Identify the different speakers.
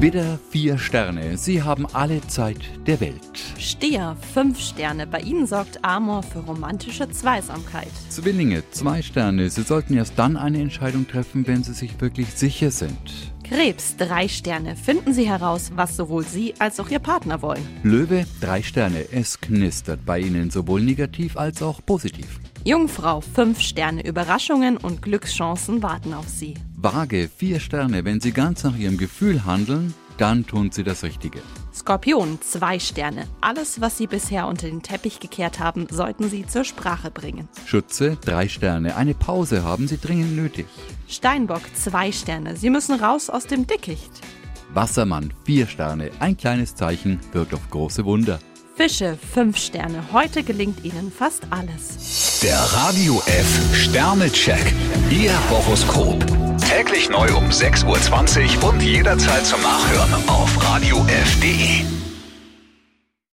Speaker 1: Widder, vier Sterne. Sie haben alle Zeit der Welt.
Speaker 2: Stier, 5 Sterne. Bei Ihnen sorgt Amor für romantische Zweisamkeit.
Speaker 1: Zwillinge, zwei Sterne. Sie sollten erst dann eine Entscheidung treffen, wenn Sie sich wirklich sicher sind.
Speaker 2: Krebs, 3 Sterne. Finden Sie heraus, was sowohl Sie als auch Ihr Partner wollen.
Speaker 1: Löwe, drei Sterne. Es knistert bei Ihnen sowohl negativ als auch positiv.
Speaker 2: Jungfrau, 5 Sterne. Überraschungen und Glückschancen warten auf Sie.
Speaker 1: Waage, vier Sterne. Wenn Sie ganz nach Ihrem Gefühl handeln, dann tun Sie das Richtige.
Speaker 2: Skorpion, 2 Sterne. Alles, was Sie bisher unter den Teppich gekehrt haben, sollten Sie zur Sprache bringen.
Speaker 1: Schütze, drei Sterne. Eine Pause haben Sie dringend nötig.
Speaker 2: Steinbock, 2 Sterne. Sie müssen raus aus dem Dickicht.
Speaker 1: Wassermann, vier Sterne. Ein kleines Zeichen wirkt auf große Wunder.
Speaker 2: Fische, 5 Sterne. Heute gelingt Ihnen fast alles.
Speaker 3: Der Radio F Sternecheck. Ihr Horoskop. Täglich neu um 6.20 Uhr und jederzeit zum Nachhören auf Radio radiof.de.